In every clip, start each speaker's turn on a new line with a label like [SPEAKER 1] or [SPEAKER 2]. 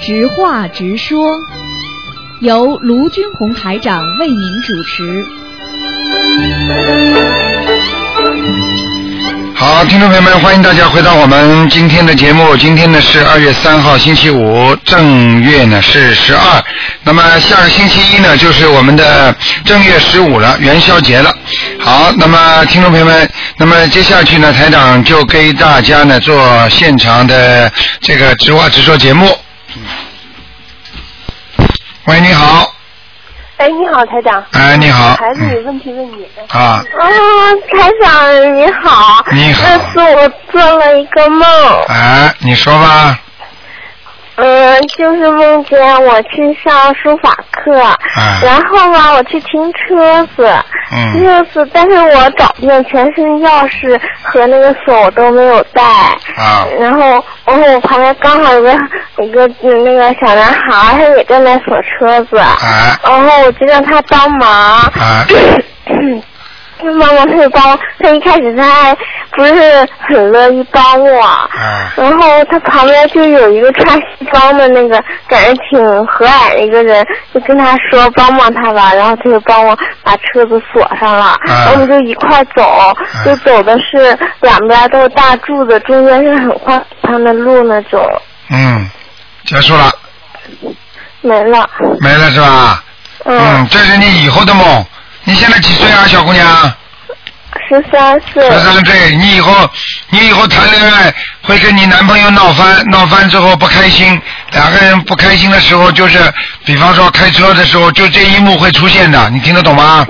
[SPEAKER 1] 直话直说，由卢军红台长为您主持。
[SPEAKER 2] 好，听众朋友们，欢迎大家回到我们今天的节目。今天呢是二月三号，星期五，正月呢是十二。那么下个星期一呢，就是我们的正月十五了，元宵节了。好，那么听众朋友们，那么接下去呢，台长就给大家呢做现场的这个直话直说节目。喂，你好，
[SPEAKER 3] 哎，你好，台长。
[SPEAKER 2] 哎，你好，
[SPEAKER 3] 孩子有
[SPEAKER 2] 嗯，
[SPEAKER 3] 问题问你。
[SPEAKER 2] 啊，
[SPEAKER 3] 啊，台长你好。
[SPEAKER 2] 你好
[SPEAKER 3] 那次我做了一个梦，
[SPEAKER 2] 哎，你说吧，
[SPEAKER 3] 嗯，就是梦见我去上书法课，
[SPEAKER 2] 哎
[SPEAKER 3] 然后吧，我去停车子，
[SPEAKER 2] 嗯
[SPEAKER 3] 车子，但是我找遍全身钥匙和那个锁我都没有带。
[SPEAKER 2] 啊，
[SPEAKER 3] 然后，然后我旁边刚好有个一个嗯那个小男孩，他也正在锁车子，
[SPEAKER 2] 哎，
[SPEAKER 3] 然后我就让他帮忙，
[SPEAKER 2] 啊，
[SPEAKER 3] 那 妈妈会帮，她一开始她还不是很乐意帮我，
[SPEAKER 2] 啊，
[SPEAKER 3] 然后她旁边就有一个穿西装的那个，感觉挺和蔼的一个人，就跟她说帮帮她吧，然后她就帮我把车子锁上
[SPEAKER 2] 啊
[SPEAKER 3] 了，然后我们就一块走，就走的是两边都是大柱子，中间是很宽敞的路那种，
[SPEAKER 2] 嗯，结束了，
[SPEAKER 3] 没了，
[SPEAKER 2] 没了是吧？
[SPEAKER 3] 嗯，，
[SPEAKER 2] 这是你以后的梦。你现在几岁啊，小姑娘？
[SPEAKER 3] 十三岁，
[SPEAKER 2] 十三岁。你以后，你以后谈恋爱会跟你男朋友闹翻，闹翻之后不开心，两个人不开心的时候，就是比方说开车的时候，就这一幕会出现的，你听得懂吗？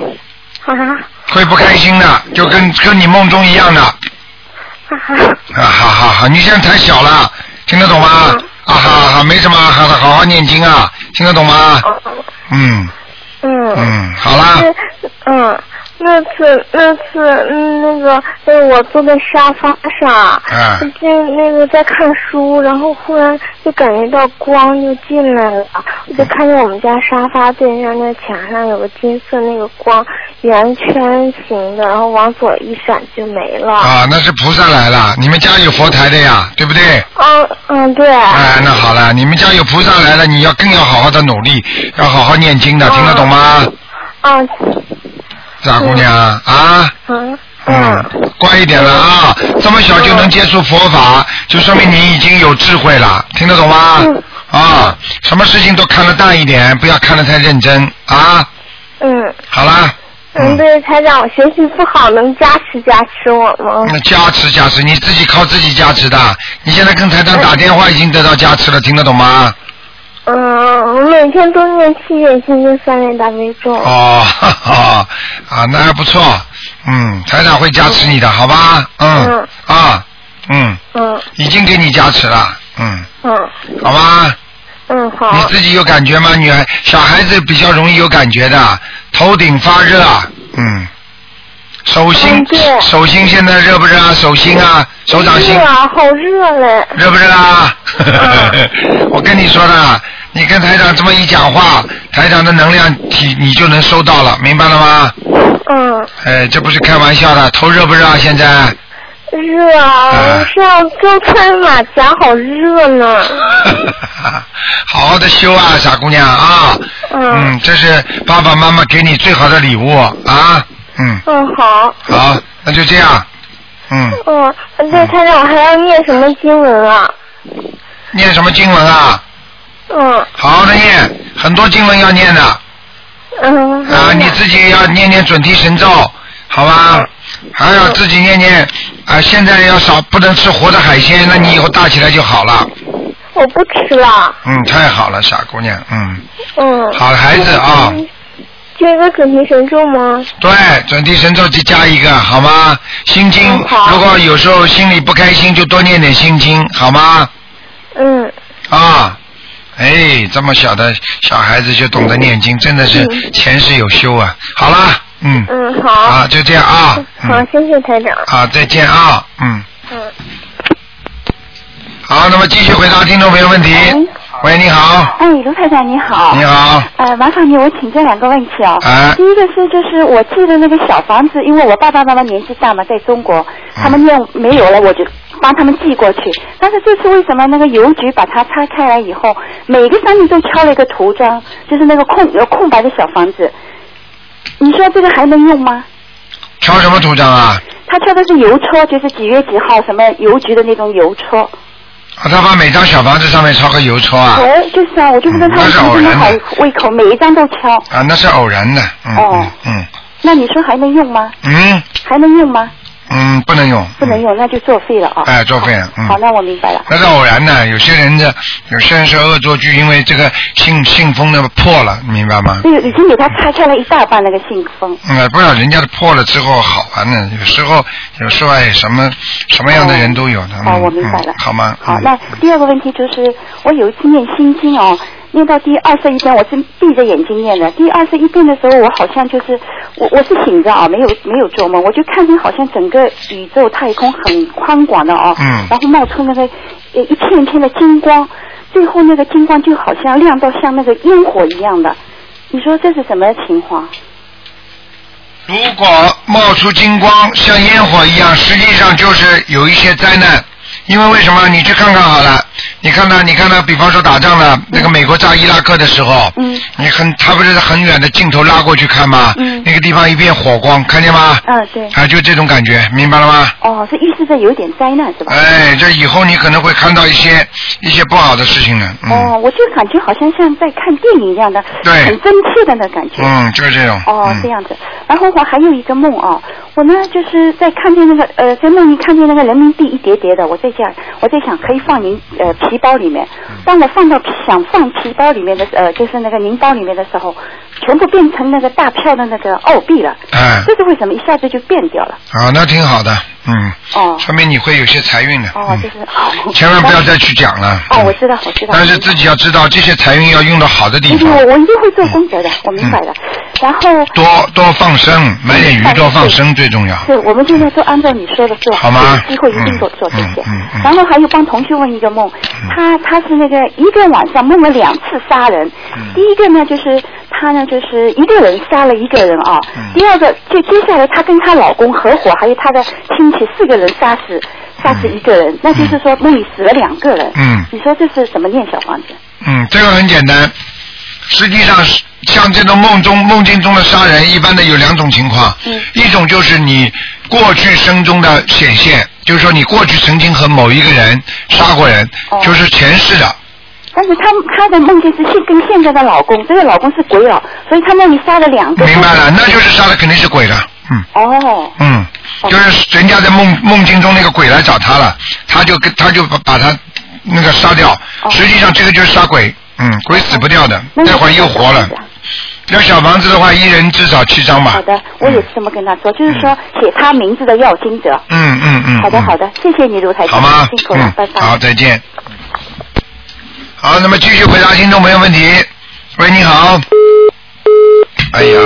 [SPEAKER 3] 哈哈
[SPEAKER 2] 会不开心的，就跟跟你梦中一样的。
[SPEAKER 3] 哈哈，
[SPEAKER 2] 啊哈哈哈！你现在太小了，听得懂吗？
[SPEAKER 3] 嗯
[SPEAKER 2] 啊哈哈，没什么，好好好好念经啊，听得懂吗？嗯
[SPEAKER 3] 哦 嗯。
[SPEAKER 2] 嗯，好啦，
[SPEAKER 3] 嗯，那次那次嗯那个那个我坐在沙发上，
[SPEAKER 2] 嗯
[SPEAKER 3] 就那个在看书，然后忽然就感觉到光就进来了，我就看见我们家沙发对面那墙上有个金色那个光，圆圈形的，然后往左一闪就没了。
[SPEAKER 2] 啊，那是菩萨来了，你们家有佛台的呀，对不对？
[SPEAKER 3] 嗯嗯，对。
[SPEAKER 2] 哎，那好了，你们家有菩萨来了，你要更要好好的努力，要好好念经的，
[SPEAKER 3] 啊
[SPEAKER 2] 听得懂吗？
[SPEAKER 3] 嗯
[SPEAKER 2] 傻姑娘啊，
[SPEAKER 3] 嗯
[SPEAKER 2] 嗯
[SPEAKER 3] 嗯，
[SPEAKER 2] 乖一点了啊，这么小就能接触佛法，就说明你已经有智慧了，听得懂吗？
[SPEAKER 3] 嗯
[SPEAKER 2] 啊，什么事情都看得淡一点，不要看得太认真啊。
[SPEAKER 3] 嗯
[SPEAKER 2] 好啦，
[SPEAKER 3] 嗯，对，台长，我学习不好，能加持加持我吗？
[SPEAKER 2] 嗯那加持加持，你自己靠自己加持的。你现在跟台长打电话已经得到加持了，听得懂吗？
[SPEAKER 3] 嗯，我每天都念七遍心经、三遍大悲咒。
[SPEAKER 2] 哦，哈哈，啊，那还不错，嗯，台长会加持你的，好吧？嗯
[SPEAKER 3] 嗯，
[SPEAKER 2] 啊，嗯，
[SPEAKER 3] 嗯
[SPEAKER 2] 已经给你加持了，嗯，
[SPEAKER 3] 嗯
[SPEAKER 2] 好吧？
[SPEAKER 3] 嗯，好。
[SPEAKER 2] 你自己有感觉吗？女孩、小孩子比较容易有感觉的，头顶发热，嗯，手心
[SPEAKER 3] 嗯，对
[SPEAKER 2] 手心现在热不热啊？手心啊，手掌心
[SPEAKER 3] 热啊，好热嘞！
[SPEAKER 2] 热不热啊？
[SPEAKER 3] 嗯
[SPEAKER 2] 我跟你说的，你跟台长这么一讲话，台长的能量体你就能收到了，明白了吗？
[SPEAKER 3] 嗯，
[SPEAKER 2] 哎，这不是开玩笑的，头热不热 啊？现在？
[SPEAKER 3] 嗯热
[SPEAKER 2] 啊
[SPEAKER 3] 啊！上刚穿马甲，好热呢。
[SPEAKER 2] 好好的修啊，傻姑娘啊！
[SPEAKER 3] 嗯
[SPEAKER 2] 嗯，这是爸爸妈妈给你最好的礼物啊！嗯，
[SPEAKER 3] 嗯，好。
[SPEAKER 2] 好，那就这样。嗯，
[SPEAKER 3] 嗯，对，台长，我还要念什么经文啊？
[SPEAKER 2] 念什么经文啊？
[SPEAKER 3] 嗯
[SPEAKER 2] 好好的念，很多经文要念的
[SPEAKER 3] 嗯。嗯
[SPEAKER 2] 啊！你自己要念念准提神咒，好吧？还要自己念念啊！现在要少不能吃活的海鲜，那你以后大起来就好了。
[SPEAKER 3] 我不吃了。
[SPEAKER 2] 嗯，太好了，傻姑娘。嗯，
[SPEAKER 3] 嗯。
[SPEAKER 2] 好孩子啊。
[SPEAKER 3] 就一个准提神咒吗？
[SPEAKER 2] 对，准提神咒就加一个，好吗？心经
[SPEAKER 3] 嗯，好
[SPEAKER 2] 如果有时候心里不开心，就多念点心经，好吗？
[SPEAKER 3] 嗯
[SPEAKER 2] 啊，哎，这么小的小孩子就懂得念经，真的是
[SPEAKER 3] 嗯
[SPEAKER 2] 前世有修啊。好啦，嗯，
[SPEAKER 3] 嗯，好。
[SPEAKER 2] 啊，就这样啊，
[SPEAKER 3] 好
[SPEAKER 2] 嗯，，
[SPEAKER 3] 谢谢台长。
[SPEAKER 2] 啊，再见啊，嗯，
[SPEAKER 3] 嗯。
[SPEAKER 2] 好，那么继续回答听众朋友问题。喂，你好，
[SPEAKER 4] 哎，卢太太你嗯好。
[SPEAKER 2] 哎你好，
[SPEAKER 4] 呃，麻烦你，我请教两个问题啊。
[SPEAKER 2] 哎
[SPEAKER 4] 第一个是，就是我
[SPEAKER 2] 嗯
[SPEAKER 4] 记得那个小房子，因为我爸爸妈妈年纪大嘛，在中国，他们念没有了，我就帮他们寄过去。但是这次为什么那个邮局把它拆开来以后，每个上面都敲了一个图章，就是那个空有空白的小房子？你说这个还能用吗？
[SPEAKER 2] 敲什么图章啊？
[SPEAKER 4] 他敲的是邮戳，就是几月几号什么邮局的那种邮戳。
[SPEAKER 2] 啊，他把每张小房子上面抄个邮戳啊？嗯
[SPEAKER 4] 哎，就是啊，我就觉得他
[SPEAKER 2] 那是偶
[SPEAKER 4] 们真的
[SPEAKER 2] 然
[SPEAKER 4] 好
[SPEAKER 2] 的
[SPEAKER 4] 胃口，每一张都敲。
[SPEAKER 2] 啊，那是偶然的，嗯
[SPEAKER 4] 哦
[SPEAKER 2] 嗯
[SPEAKER 4] 那你说还能用吗？
[SPEAKER 2] 嗯嗯
[SPEAKER 4] 还能用吗？
[SPEAKER 2] 嗯，不能用，
[SPEAKER 4] 不能
[SPEAKER 2] 嗯
[SPEAKER 4] 用，那就作废了啊。
[SPEAKER 2] 哎，作废了，嗯。
[SPEAKER 4] 好，那我明白了。
[SPEAKER 2] 那是偶然的，有些人的，有些人是恶作剧，因为这个信信封的破了，你明白吗？
[SPEAKER 4] 对，已经给他拆开了一大半那个信封。
[SPEAKER 2] 嗯，不然人家的破了之后好玩呢。有时候，有时候哎，什么什么样的人都有的。
[SPEAKER 4] 哦，
[SPEAKER 2] 嗯
[SPEAKER 4] 我明白了
[SPEAKER 2] 嗯。好吗？
[SPEAKER 4] 好，
[SPEAKER 2] 嗯
[SPEAKER 4] 那第二个问题就是，我有一次念心经哦，念到第二十一遍，我是闭着眼睛念的。第二十一遍的时候，我好像就是我我是醒着啊，没有没有做梦，我就看见好像整个宇宙太空很宽广的哦，
[SPEAKER 2] 嗯
[SPEAKER 4] 然后冒出那个呃一片一片的金光，最后那个金光就好像亮到像那个烟火一样的。你说这是什么情况？
[SPEAKER 2] 如果冒出金光，像烟火一样，实际上就是有一些灾难。因为为什么？你去看看好了，你看到你看到，比方说打仗了，那个美国炸伊拉克的时候，
[SPEAKER 4] 嗯
[SPEAKER 2] 你很他不是很远的镜头拉过去看吗？
[SPEAKER 4] 嗯
[SPEAKER 2] 那个地方一片火光，看见吗？
[SPEAKER 4] 嗯，对，
[SPEAKER 2] 啊，就这种感觉，明白了吗？
[SPEAKER 4] 哦，这预示着有点灾难是吧？
[SPEAKER 2] 哎，这以后你可能会看到一些一些不好的事情了。嗯、
[SPEAKER 4] 哦，我就感觉好像像在看电影一样的，
[SPEAKER 2] 对
[SPEAKER 4] 很真切的那感觉。
[SPEAKER 2] 嗯，就是这种。
[SPEAKER 4] 哦，
[SPEAKER 2] 嗯、
[SPEAKER 4] 这样子。然后我还有一个梦啊，我呢就是在看见那个呃，在梦里看见那个人民币一叠叠的，我在想，我在想可以放您呃皮包里面。
[SPEAKER 2] 嗯
[SPEAKER 4] 当我放到皮想放皮包里面的呃，就是那个您包里面的时候，全部变成那个大票的那个澳币了。
[SPEAKER 2] 哎，
[SPEAKER 4] 这是为什么？一下子就变掉了。
[SPEAKER 2] 啊，那挺好的，嗯，
[SPEAKER 4] 哦
[SPEAKER 2] 说明你会有些财运的。
[SPEAKER 4] 哦，
[SPEAKER 2] 嗯
[SPEAKER 4] 就是哦。
[SPEAKER 2] 千万不要再去讲了。
[SPEAKER 4] 哦，
[SPEAKER 2] 嗯
[SPEAKER 4] 我知道，我知道。
[SPEAKER 2] 但是自己要知道，这些财运要用到好的地
[SPEAKER 4] 一定，
[SPEAKER 2] 方
[SPEAKER 4] 哎
[SPEAKER 2] 嗯
[SPEAKER 4] 我，我一定会做功德的，我明白的。然后
[SPEAKER 2] 多多放
[SPEAKER 4] 嗯
[SPEAKER 2] 生，买点鱼多放生最重要。
[SPEAKER 4] 对，我们现在都按照你说的做，
[SPEAKER 2] 好吗
[SPEAKER 4] 有机会一定做做这些。
[SPEAKER 2] 嗯嗯嗯
[SPEAKER 4] 然后还有帮同学问一个梦，他他是那个一个晚上梦了两次杀人，
[SPEAKER 2] 嗯
[SPEAKER 4] 第一个呢就是他呢就是一个人杀了一个人啊，
[SPEAKER 2] 嗯
[SPEAKER 4] 第二个就接下来她跟她老公合伙，还有她的亲戚四个人杀死杀死一个人，那就是说梦里死了两个人。
[SPEAKER 2] 嗯
[SPEAKER 4] 你说这是怎么念小房子？
[SPEAKER 2] 嗯，这个很简单。实际上是，像这种梦中、梦境中的杀人，一般的有两种情况。
[SPEAKER 4] 嗯
[SPEAKER 2] 一种就是你过去生中的显现，就是说你过去曾经和某一个人杀过人，
[SPEAKER 4] 哦
[SPEAKER 2] 就是前世的。
[SPEAKER 4] 但是她她的梦境是现跟现在的老公，这个老公是鬼佬，所以她梦里杀了两个。
[SPEAKER 2] 明白了，那就是杀的肯定是鬼了。嗯
[SPEAKER 4] 哦，
[SPEAKER 2] 嗯，就是人家在梦梦境中那个鬼来找他了，他就跟他就把把他那个杀掉。
[SPEAKER 4] 哦
[SPEAKER 2] 实际上这个就是杀鬼，嗯，鬼死不掉的，
[SPEAKER 4] 那
[SPEAKER 2] 待会儿又活了。要小房子的话，一人至少七张吧。
[SPEAKER 4] 好的，我也是这么跟他说，就是说写他名字的要经者。
[SPEAKER 2] 嗯嗯嗯。
[SPEAKER 4] 好的，
[SPEAKER 2] 嗯
[SPEAKER 4] 好。的，谢谢你，卢台
[SPEAKER 2] 好
[SPEAKER 4] 长，
[SPEAKER 2] 吗？
[SPEAKER 4] 辛苦了，拜拜。
[SPEAKER 2] 嗯。好，再见。好，那么继续回答听众朋友问题。喂，你好。哎呀，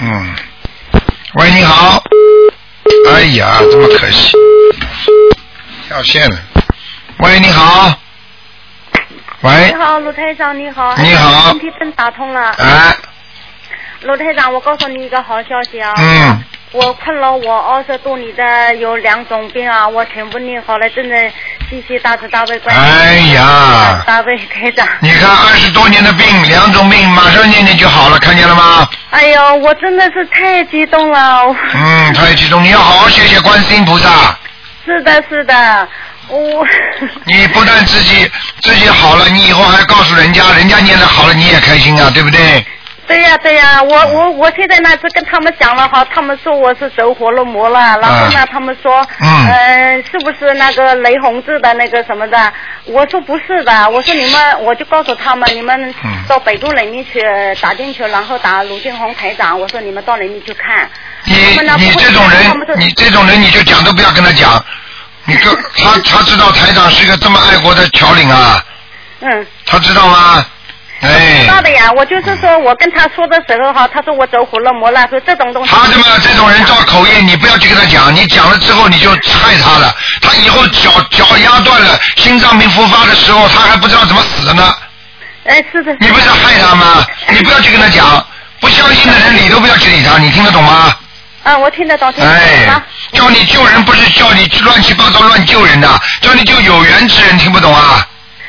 [SPEAKER 2] 嗯，喂，你好。哎呀，这么可惜，掉线了。喂，你好。
[SPEAKER 3] 你
[SPEAKER 2] 喂，
[SPEAKER 3] 好，卢台长，你好。哎
[SPEAKER 2] 你好
[SPEAKER 3] 问题真打通了。
[SPEAKER 2] 哎，
[SPEAKER 3] 卢台长，我告诉你一个好消息啊。
[SPEAKER 2] 嗯，
[SPEAKER 3] 我困扰我二十多年的有两种病啊，我全部念好了，真的谢谢大慈大悲观世音
[SPEAKER 2] 哎呀，
[SPEAKER 3] 大悲台长。
[SPEAKER 2] 你看二十多年的病，两种病，马上念念就好了，看见了吗？
[SPEAKER 3] 哎呦，我真的是太激动了。我
[SPEAKER 2] 嗯，太激动，你要好好谢谢观世音菩萨。
[SPEAKER 3] 是的，是的，我。
[SPEAKER 2] 你不但自己自己好了，你以后还告诉人家，人家念的好了，你也开心啊，对不对？
[SPEAKER 3] 对呀、对呀、我
[SPEAKER 2] 嗯
[SPEAKER 3] 我我现在呢是跟他们讲了哈，他们说我是走火入魔了，然后呢、
[SPEAKER 2] 啊
[SPEAKER 3] 他们说，
[SPEAKER 2] 嗯
[SPEAKER 3] 呃是不是那个雷洪志的那个什么的？我说不是的，我说你们，我就告诉他们，你们
[SPEAKER 2] 嗯
[SPEAKER 3] 到北路里面去打进去，然后打卢俊宏台长，我说你们到里面去看。
[SPEAKER 2] 你
[SPEAKER 3] 他们呢
[SPEAKER 2] 你
[SPEAKER 3] 不会
[SPEAKER 2] 这种
[SPEAKER 3] 看
[SPEAKER 2] 人
[SPEAKER 3] 他们说，
[SPEAKER 2] 你这种人你就讲都不要跟他讲，你 跟他他知道台长是一个这么爱国的侨领啊，
[SPEAKER 3] 嗯。
[SPEAKER 2] 他知道吗？哎
[SPEAKER 3] 知，道的呀，我就是说我跟他说的时候哈，他说我走火入魔了，说这种东西。
[SPEAKER 2] 他这么这种人造口业，你不要去跟他讲，你讲了之后你就害他了，他以后脚脚压断了，心脏病复发的时候，他还不知道怎么死的呢。
[SPEAKER 3] 哎，是的。是的
[SPEAKER 2] 你不是害他吗？你不要去跟他讲，不相信的人理都不要去理他，你听得懂吗？
[SPEAKER 3] 啊
[SPEAKER 4] 嗯，我听得懂，听得懂。
[SPEAKER 2] 哎
[SPEAKER 4] 啊，
[SPEAKER 2] 叫你救人不是叫你乱七八糟乱救人的，叫你救有缘之人，听不懂啊？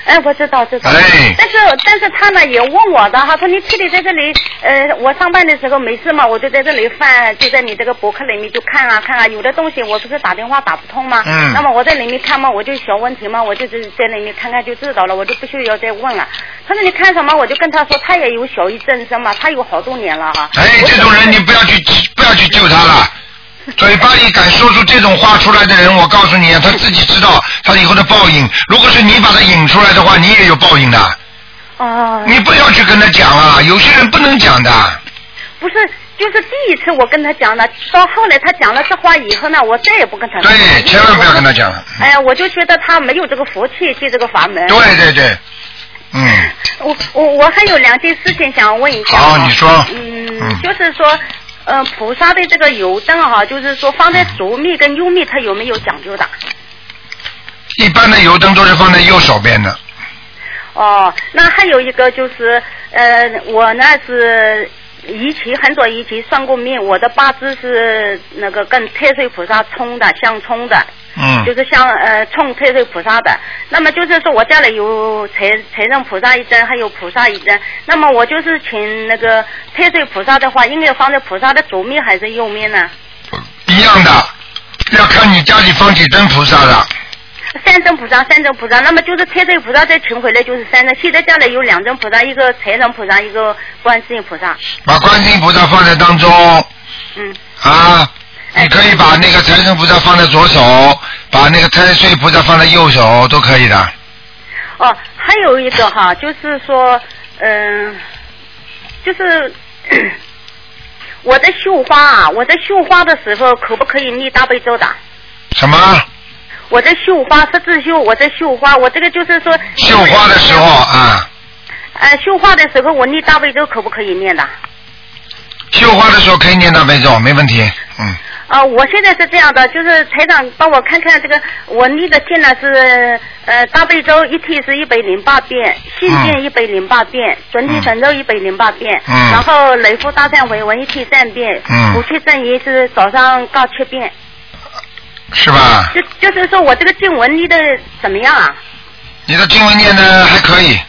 [SPEAKER 4] 哎，我知道，知道。
[SPEAKER 2] 哎
[SPEAKER 4] 但是但是他呢也问我的哈，说你天天在这里，呃，我上班的时候没事嘛，我就在这里翻，就在你这个博客里面就看啊看啊，有的东西我不是打电话打不通嘛，
[SPEAKER 2] 嗯
[SPEAKER 4] 那么我在里面看嘛，我就小问题嘛，我就在在里面看看就知道了，我就不需要再问了。他说你看什么，我就跟他说，他也有小一阵生嘛，他有好多年了哈。
[SPEAKER 2] 哎，这种人你不要去不要去救他了。嘴巴里敢说出这种话出来的人，我告诉你，啊他自己知道他以后的报应。如果是你把他引出来的话，你也有报应的。啊
[SPEAKER 4] 哦，
[SPEAKER 2] 你不要去跟他讲啊，有些人不能讲的。
[SPEAKER 4] 不是，就是第一次我跟他讲了，到后来他讲了这话以后呢，我再也不跟他讲了。
[SPEAKER 2] 对，千万不要跟他讲了。
[SPEAKER 4] 哎呀，我就觉得他没有这个福气进这个法门。
[SPEAKER 2] 对对对，嗯，
[SPEAKER 4] 我我我还有两件事情想问一下。啊
[SPEAKER 2] 好，你。说，嗯
[SPEAKER 4] 嗯，就是说，嗯、菩萨的这个油灯哈、就是说放
[SPEAKER 2] 嗯
[SPEAKER 4] 在左面跟右面，它有没有讲究的？
[SPEAKER 2] 一般的油灯都是放在右手边的，
[SPEAKER 4] 哦，那还有一个就是，呃，我呢是以前很早以前算过命，我的八字是那个跟太岁菩萨冲的，相冲的。
[SPEAKER 2] 嗯
[SPEAKER 4] 就是像呃冲太岁菩萨的，那么就是说我家里有财财神菩萨一尊，还有菩萨一尊，那么我就是请那个太岁菩萨的话，应该放在菩萨的左面还是右面呢？
[SPEAKER 2] 一样的，要看你家里放几尊菩萨了。
[SPEAKER 4] 三尊菩萨，三尊菩萨，那么就是太岁菩萨再请回来就是三尊，现在家里有两尊菩萨，一个财神菩萨，一个观世音菩萨，
[SPEAKER 2] 把观世音菩萨放在当中
[SPEAKER 4] 嗯，哎
[SPEAKER 2] 啊，你可以把那个财神菩萨放在左手，把那个财岁菩萨放在右手，都可以的。
[SPEAKER 4] 哦，还有一个哈，就是说，嗯、就是 我在绣花啊，我在绣花的时候可不可以念大悲咒的？
[SPEAKER 2] 什么？
[SPEAKER 4] 我在绣花，十字绣，我在绣花，我这个就是说
[SPEAKER 2] 绣花的时候，啊，
[SPEAKER 4] 呃，绣花的时候我念大悲咒可不可以念的？
[SPEAKER 2] 绣花的时候可以念大悲咒，没问题。嗯，
[SPEAKER 4] 啊、我现在是这样的，就是台长帮我看看这个，我念的经呢是呃大悲咒一天是一百零八遍，心经一百零八遍，准提神咒一百零八遍，
[SPEAKER 2] 啊嗯
[SPEAKER 4] 然后雷夫大忏悔文一天三遍，
[SPEAKER 2] 嗯
[SPEAKER 4] 五气真言是早上告七遍，
[SPEAKER 2] 是吧？
[SPEAKER 4] 就就是说我这个经文念的怎么样啊？
[SPEAKER 2] 你的经文念的还可以，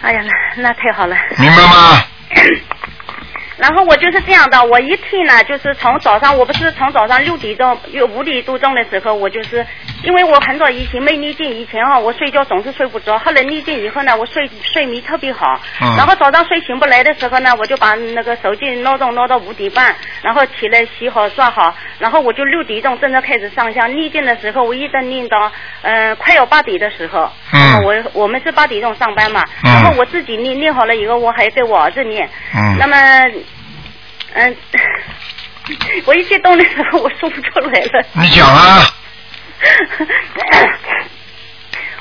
[SPEAKER 4] 哎呀，那那太好了。
[SPEAKER 2] 明白吗？
[SPEAKER 4] 然后我就是这样的，我一天呢，就是从早上，我不是从早上六点钟、有五点多钟的时候，我就是因为我很早以前没逆境以前啊，我睡觉总是睡不着。后来逆境以后呢，我睡睡眠特别好。
[SPEAKER 2] 嗯
[SPEAKER 4] 然后早上睡醒不来的时候呢，我就把那个手机闹钟闹到五点半，然后起来洗好刷好，然后我就六点钟真正开始上香。逆境的时候，我一直念到嗯、呃快要八点的时候。
[SPEAKER 2] 嗯
[SPEAKER 4] 然后我我们是八点钟上班嘛，
[SPEAKER 2] 嗯
[SPEAKER 4] 然后我自己念念好了以后，我还给我儿子念。
[SPEAKER 2] 嗯
[SPEAKER 4] 那么，嗯， 我一激动的时候我说不出来了。
[SPEAKER 2] 你讲啊，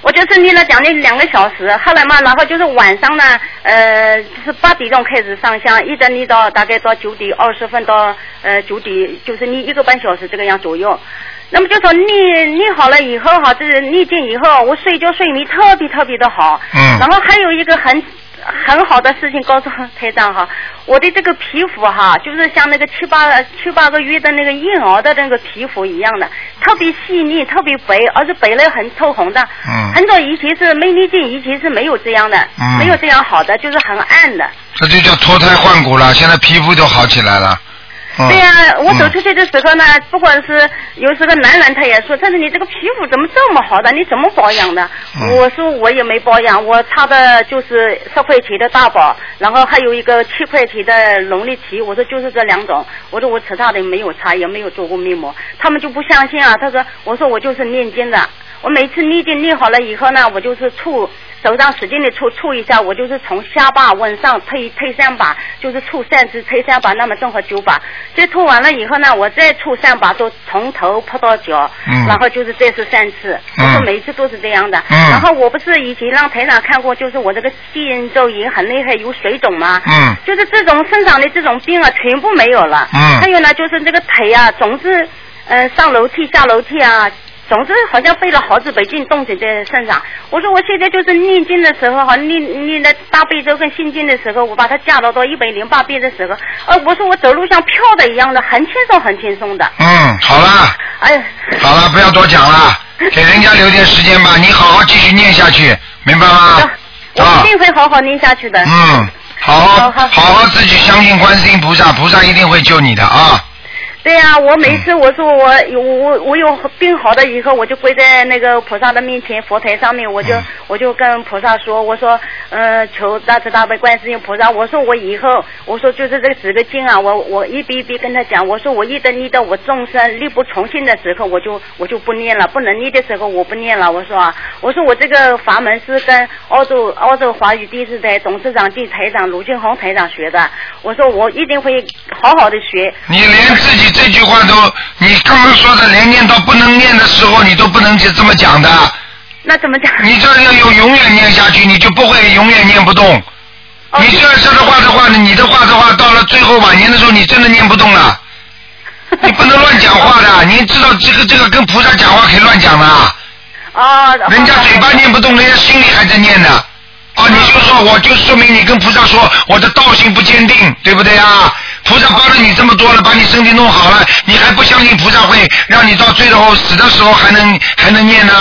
[SPEAKER 4] 我就是念了将近两个小时，后来嘛，然后就是晚上呢，呃，就是八点钟开始上香，一直念到大概到九点二十分到呃九点，就是念一个半小时这个样左右。那么就说念念好了以后哈，就是念经以后，我睡觉睡眠特别特别的好。
[SPEAKER 2] 嗯
[SPEAKER 4] 然后还有一个很很好的事情告诉台长哈，我的这个皮肤哈，就是像那个七八七八个月的那个婴儿的那个皮肤一样的，特别细腻，特别白，而且白了很透红的。
[SPEAKER 2] 嗯
[SPEAKER 4] 很早以前是没力劲，以前是没有这样的，
[SPEAKER 2] 嗯
[SPEAKER 4] 没有这样好的，就是很暗的。
[SPEAKER 2] 这就叫脱胎换骨了，现在皮肤都好起来了。嗯、
[SPEAKER 4] 对呀、我走出
[SPEAKER 2] 嗯
[SPEAKER 4] 去的时候呢，不管是有时候男人他也说，但是你这个皮肤怎么这么好的？你怎么保养的？
[SPEAKER 2] 嗯
[SPEAKER 4] 我说我也没保养，我擦的就是十块钱的大宝，然后还有一个七块钱的龙力奇，我说就是这两种。我说我其他的没有擦，也没有做过面膜，他们就不相信啊。他说，我说我就是念经的，我每次念经念好了以后呢，我就是触。手上使劲的触触一下，我就是从下巴往上推推三把，就是触三次推三把，那么正好九把。这触完了以后呢，我再触三把，都从头扑到脚，
[SPEAKER 2] 嗯
[SPEAKER 4] 然后就是这是三次，我说
[SPEAKER 2] 嗯
[SPEAKER 4] 每一次都是这样的。
[SPEAKER 2] 嗯
[SPEAKER 4] 然后我不是以前让台长看过，就是我这个吸烟咒也很厉害，有水肿吗？
[SPEAKER 2] 嗯
[SPEAKER 4] 就是这种身上的这种病啊，全部没有了。
[SPEAKER 2] 嗯
[SPEAKER 4] 还有呢，就是这个腿啊，总是嗯、呃上楼梯下楼梯啊，总之好像背了好几百斤东西在身上。我说我现在就是念经的时候哈，念念的大悲咒跟心经的时候，我把它加到到一百零八遍的时候，呃，我说我走路像飘的一样的，很轻松很轻松的。
[SPEAKER 2] 嗯，好啦，
[SPEAKER 4] 哎呀，
[SPEAKER 2] 好了，不要多讲 了，给人家留点时间吧。你好好继续念下去，明白吗？啊
[SPEAKER 4] 我一定会好好念下去的。
[SPEAKER 2] 嗯，好好
[SPEAKER 4] 好好
[SPEAKER 2] 好好自己相信观世音菩萨，菩萨一定会救你的啊。
[SPEAKER 4] 对呀、我每次我说我有我我有病好了以后，我就跪在那个菩萨的面前，佛台上面，我就、我就跟菩萨说，我说，呃，求大慈大悲观世音菩萨，我说我以后，我说就是这几个经啊，我我一笔一笔跟他讲，我说我一等一等我众生力不从心的时候，我就我就不念了，不能念的时候我不念了，我说啊，我说我这个法门是跟澳洲澳洲华语电视台董事长暨台长卢俊宏台长学的，我说我一定会好好的学，
[SPEAKER 2] 你连自己这句话都，你刚刚说的连念到不能念的时候，你都不能这么讲的。
[SPEAKER 4] 那怎么讲？
[SPEAKER 2] 你这要有永远念下去，你就不会永远念不动。
[SPEAKER 4] 哦
[SPEAKER 2] 你这样说的话的话，你的话的话，到了最后晚年的时候，你真的念不动 了。你不能乱讲话的，你知道这个这个跟菩萨讲话可以乱讲的。
[SPEAKER 4] 啊，
[SPEAKER 2] 人家嘴巴念不动，人家心里还在念呢。哦，你就
[SPEAKER 4] 嗯
[SPEAKER 2] 说，我就说明你跟菩萨说，我的道行不坚定，对不对啊？菩萨帮了你这么多了，把你身体弄好了，你还不相信菩萨会让你到最后死的时候还能还能念呢、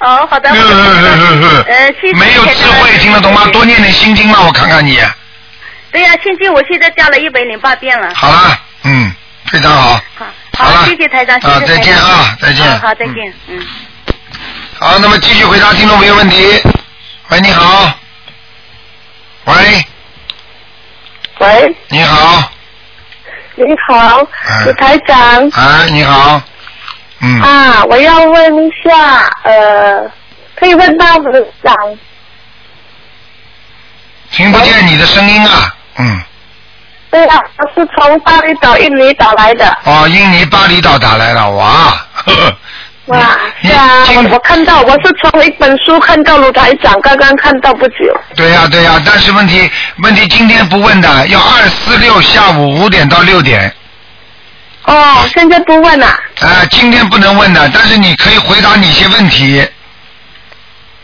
[SPEAKER 4] 哦，好 的，我
[SPEAKER 2] 嗯
[SPEAKER 4] 知道呃，谢谢
[SPEAKER 2] 没有智慧，听得懂吗？多念点心经嘛，我看看你。
[SPEAKER 4] 对呀、现在我现在加了一百零八遍了。
[SPEAKER 2] 好啦，嗯，非常好。
[SPEAKER 4] 好，谢谢台长，谢谢
[SPEAKER 2] 啊
[SPEAKER 4] 台长
[SPEAKER 2] 再见啊再见
[SPEAKER 4] 嗯好，再见，嗯。
[SPEAKER 2] 好，那么继续回答听众朋友问题。喂，你好。喂，
[SPEAKER 3] 喂，
[SPEAKER 2] 你好，
[SPEAKER 3] 你好，
[SPEAKER 2] 嗯
[SPEAKER 3] 李台长、
[SPEAKER 2] 哎，你好，嗯，
[SPEAKER 3] 啊，我要问一下，呃，可以问到部长
[SPEAKER 2] 听不见你的声音啊，嗯，
[SPEAKER 3] 对啊，我是从巴厘岛、印尼岛来的，
[SPEAKER 2] 哦，印尼巴厘岛打来了，哇， 呵呵
[SPEAKER 3] 哇，是啊，
[SPEAKER 2] 哎
[SPEAKER 3] 我我看到我是从一本书看到卢台长，刚刚看到不久，
[SPEAKER 2] 对呀、对呀、但是问题问题今天不问的，要二四六下午五点到六点，
[SPEAKER 3] 哦，现在不问了、
[SPEAKER 2] 啊，今天不能问的，但是你可以回答你一些问题。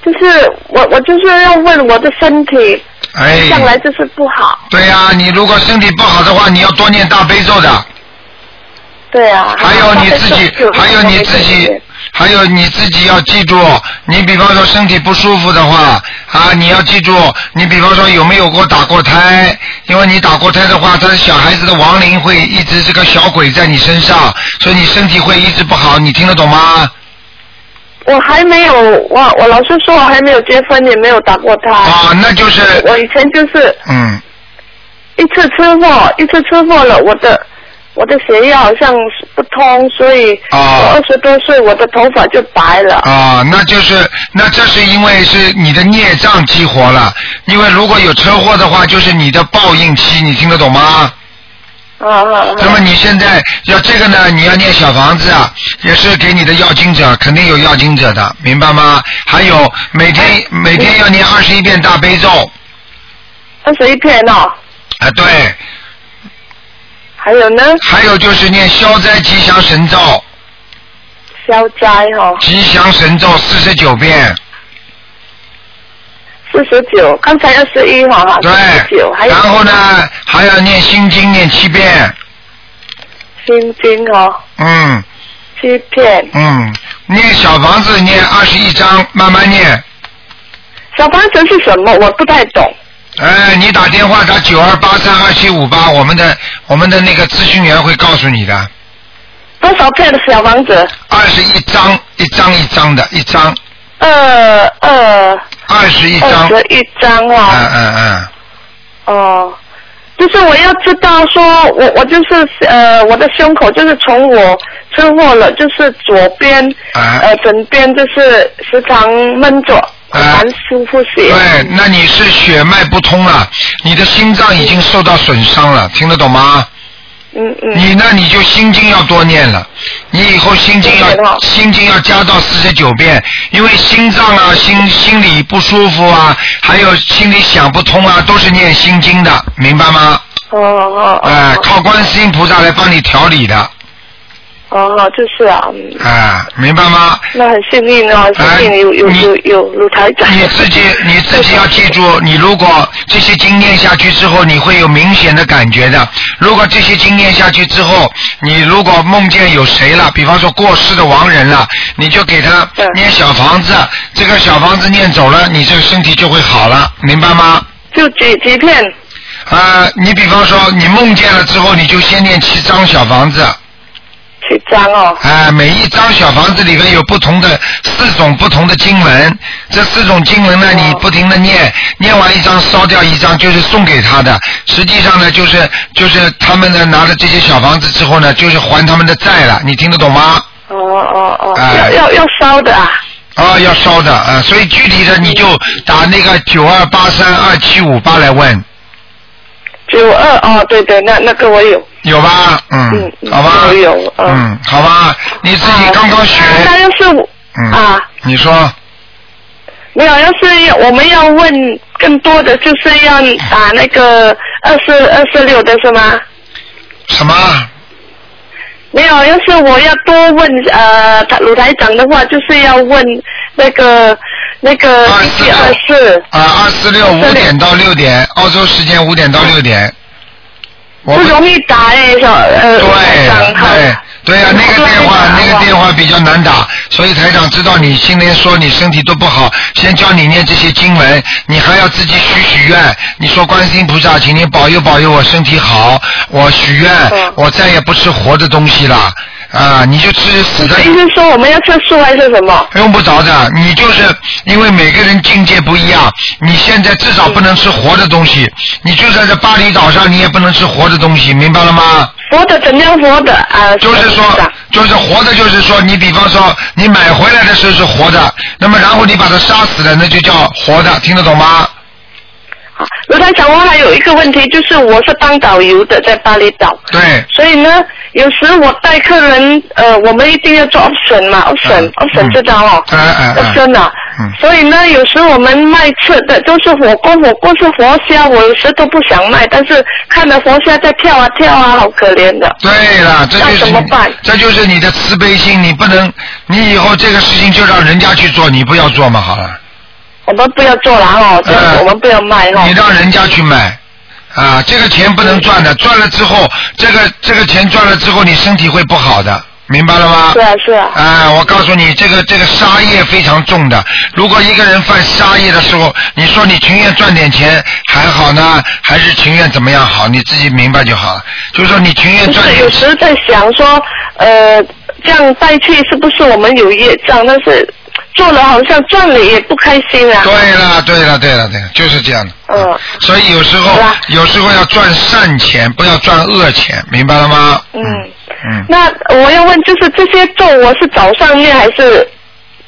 [SPEAKER 3] 就是我我就是要问我的身体，
[SPEAKER 2] 哎，
[SPEAKER 3] 向来就是不好，
[SPEAKER 2] 对呀、你如果身体不好的话，你要多念大悲咒的。
[SPEAKER 3] 对啊，
[SPEAKER 2] 还有你自 己，还有你自己，还有你自己要记住，你比方说身体不舒服的话啊，你要记住，你比方说有没有过打过胎，因为你打过胎的话，他小孩子的亡灵会一直这个小鬼在你身上，所以你身体会一直不好，你听得懂吗？
[SPEAKER 3] 我还没有，我我老师说我还没有结婚，也没有打过胎。
[SPEAKER 2] 啊，那就是
[SPEAKER 3] 我以前就是
[SPEAKER 2] 嗯，
[SPEAKER 3] 一次车祸，一次车祸了，我的我的血液好像是不通，所以我二十多岁我的头发就白了。
[SPEAKER 2] 啊，那就是那这是因为是你的孽障激活了，因为如果有车祸的话，就是你的报应期，你听得懂吗？
[SPEAKER 3] 啊
[SPEAKER 2] 那么你现在要这个呢，你要念小房子啊，也是给你的要经者，肯定有要经者的，明白吗？还有每天每天要念二十一遍大悲咒
[SPEAKER 3] 二十一片哦，
[SPEAKER 2] 啊，对。
[SPEAKER 3] 还有呢？
[SPEAKER 2] 还有就是念消灾吉祥神咒，
[SPEAKER 3] 消灾哦，
[SPEAKER 2] 吉祥神咒四十九遍，
[SPEAKER 3] 四十九，刚才二十一哈，
[SPEAKER 2] 对
[SPEAKER 3] 四十九，还有
[SPEAKER 2] 然后呢还要念心经念七遍，
[SPEAKER 3] 心经哦，
[SPEAKER 2] 嗯
[SPEAKER 3] 七片。
[SPEAKER 2] 嗯，念小房子念二十一章，慢慢念。
[SPEAKER 3] 小方程是什么？我不太懂。
[SPEAKER 2] 哎，你打电话打九二八三二七五八，我们的我们的那个咨询员会告诉你的。
[SPEAKER 3] 多少片的小房子？
[SPEAKER 2] 二十一张，一张一张的，一张。
[SPEAKER 3] 二二
[SPEAKER 2] 二十一张。
[SPEAKER 3] 二十一张哦。
[SPEAKER 2] 嗯嗯嗯，
[SPEAKER 3] 哦，就是我要知道说，我我就是呃，我的胸口就是从我车祸了，就是左边、
[SPEAKER 2] 啊
[SPEAKER 3] 呃枕边就是时常闷着，
[SPEAKER 2] 嗯
[SPEAKER 3] 很难舒服些。
[SPEAKER 2] 对，那你是血脉不通了，你的心脏已经受到损伤了，听得懂吗？
[SPEAKER 3] 嗯嗯。
[SPEAKER 2] 你那你就心经要多念了，你以后心经要心经要加到四十九遍，因为心脏啊、心心里不舒服啊，还有心里想不通啊，都是念心经的，明白吗？
[SPEAKER 3] 哦哦
[SPEAKER 2] 哎哎、靠观世音菩萨来帮你调理的。
[SPEAKER 3] 哦，就是啊，嗯
[SPEAKER 2] 啊，明白吗？
[SPEAKER 3] 那很幸运啊，幸运有有有有卢台长。
[SPEAKER 2] 哎你自己你自己要记住，你如果这些经验下去之后，你会有明显的感觉的。如果这些经验下去之后，你如果梦见有谁了，比方说过世的亡人了，你就给他念小房子，这个小房子念走了，你这个身体就会好了，明白吗？
[SPEAKER 3] 就几几片
[SPEAKER 2] 啊，你比方说你梦见了之后，你就先念七张小房子。
[SPEAKER 3] 七张哦。
[SPEAKER 2] 啊，每一张小房子里面有不同的四种不同的经文，这四种经文呢，你不停的念，念完一张烧掉一张，就是送给他的。实际上呢，就是就是他们呢拿了这些小房子之后呢，就是还他们的债了。你听得懂吗？
[SPEAKER 3] 哦哦哦，
[SPEAKER 2] 哎
[SPEAKER 3] 要要要烧的啊，
[SPEAKER 2] 啊，要烧的啊，所以具体的你就打那个九二八三二七五八来问，
[SPEAKER 3] 九二哦，对对，那那个我有，
[SPEAKER 2] 有吧？嗯，好吧。
[SPEAKER 3] 我有，
[SPEAKER 2] 嗯，好吧，你自己刚刚学，
[SPEAKER 3] 啊那要是我
[SPEAKER 2] 嗯，
[SPEAKER 3] 啊，
[SPEAKER 2] 你说
[SPEAKER 3] 没有，要是我们要问更多的，就是要打那个二四二四六的是吗？
[SPEAKER 2] 什么？
[SPEAKER 3] 没有，要是我要多问呃，他鲁台长的话，就是要问那个那个星期二四
[SPEAKER 2] 啊，二四六五点到六点，澳洲时间五点到六点。我
[SPEAKER 3] 不
[SPEAKER 2] 们
[SPEAKER 3] 容易打哎，小呃，
[SPEAKER 2] 对
[SPEAKER 3] 鲁台长好
[SPEAKER 2] 对对呀、那个电话那个电话比较难打，所以台长知道你今天说你身体都不好，先教你念这些经文，你还要自己许许愿。你说观世音菩萨，请您保佑保佑我身体好，我许愿，我再也不吃活的东西了。啊，你就吃死的。
[SPEAKER 3] 医生说我们要吃素还是什么？
[SPEAKER 2] 用不着的，你就是因为每个人境界不一样，你现在至少不能吃活的东西，你就算在巴厘岛上，你也不能吃活的东西，明白了吗？
[SPEAKER 3] 活的怎样活的啊？
[SPEAKER 2] 就是说，就是活的，就是说，你比方说，你买回来的时候是活的，那么然后你把它杀死了，那就叫活的，听得懂吗？
[SPEAKER 3] 卢台长，我还有一个问题，就是我是当导游的，在巴厘岛。
[SPEAKER 2] 对。
[SPEAKER 3] 所以呢，有时我带客人，呃，我们一定要做 option 嘛，option，option 这张哦
[SPEAKER 2] 嗯嗯嗯
[SPEAKER 3] ，option 啊。所以呢，有时我们卖吃的都是火锅，火锅是活虾，我有时都不想卖，但是看到活虾在跳啊跳啊，好可怜的。
[SPEAKER 2] 对了，这就是你这就是你的慈悲心，你不能，你以后这个事情就让人家去做，你不要做嘛，好了。
[SPEAKER 3] 我们不要做了哦，这样子我们不要卖哦。
[SPEAKER 2] 嗯你让人家去买啊，这个钱不能赚的，赚了之后，这个这个钱赚了之后，你身体会不好的，明白了吗？
[SPEAKER 3] 是啊是啊。
[SPEAKER 2] 啊，我告诉你，这个这个杀业非常重的。如果一个人犯杀业的时候，你说你情愿赚点钱还好呢，还是情愿怎么样好？你自己明白就好了。就是说你情愿
[SPEAKER 3] 就
[SPEAKER 2] 赚
[SPEAKER 3] 是
[SPEAKER 2] 点
[SPEAKER 3] 有
[SPEAKER 2] 钱。
[SPEAKER 3] 时在想说，呃，这样带去是不是我们有业障？但是做了好像赚了也不开心啊。
[SPEAKER 2] 对了，对了，对了，对了，就是这样的。
[SPEAKER 3] 嗯。
[SPEAKER 2] 所以有时候有时候要赚善钱，不要赚恶钱，明白了吗？
[SPEAKER 3] 嗯。
[SPEAKER 2] 嗯。
[SPEAKER 3] 那我要问，就是这些咒，我是早上念还是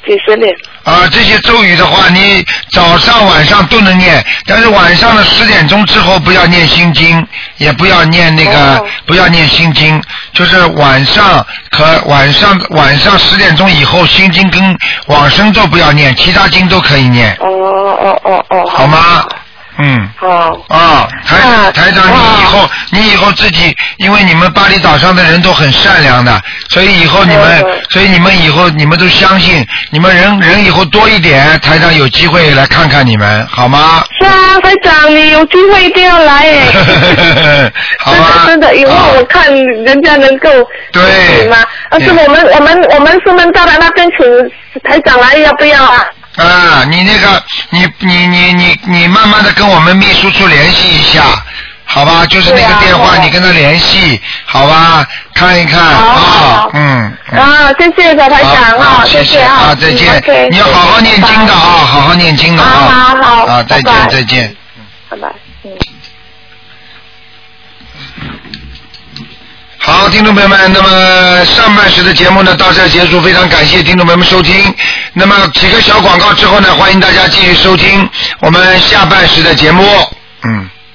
[SPEAKER 3] 几时念？
[SPEAKER 2] 啊，这些咒语的话，你早上晚上都能念，但是晚上的十点钟之后不要念心经，也不要念那个，不要念心经，就是晚上可晚上晚上十点钟以后，心经跟往生咒不要念，其他经都可以念，
[SPEAKER 3] 哦哦哦哦。
[SPEAKER 2] 好吗？嗯。
[SPEAKER 3] 哦。
[SPEAKER 2] 啊，台台长，你以后你以后自己，因为你们巴厘岛上的人都很善良的，所以以后你们，所以你们以后你们都相信，你们人人以后多一点，台长有机会来看看你们，好 吗？
[SPEAKER 3] 是啊，台长，你有机会一定要来 哎！
[SPEAKER 2] 好
[SPEAKER 3] 真的真的，以后我看人家能够对吗？而且我们我们我们是门到的那边请台长来，要不要啊？
[SPEAKER 2] 啊，你那个，你你你你你慢慢的跟我们秘书处联系一下，好吧？就是那
[SPEAKER 3] 啊
[SPEAKER 2] 个电话，你跟他联系，好吧？看一看啊，嗯。
[SPEAKER 3] 啊，谢谢小台长啊，
[SPEAKER 2] 谢
[SPEAKER 3] 谢
[SPEAKER 2] 啊，
[SPEAKER 3] 啊，
[SPEAKER 2] 再见
[SPEAKER 3] 嗯，OK，
[SPEAKER 2] 你要好好念经的啊，好好念经的啊，
[SPEAKER 3] 好好好
[SPEAKER 2] 啊，再见
[SPEAKER 3] 拜拜
[SPEAKER 2] 再见。
[SPEAKER 3] 拜拜。
[SPEAKER 2] 好，听众朋友们，那么上半时的节目呢到这儿结束，非常感谢听众朋友们收听。那么几个小广告之后呢，欢迎大家继续收听我们下半时的节目。嗯。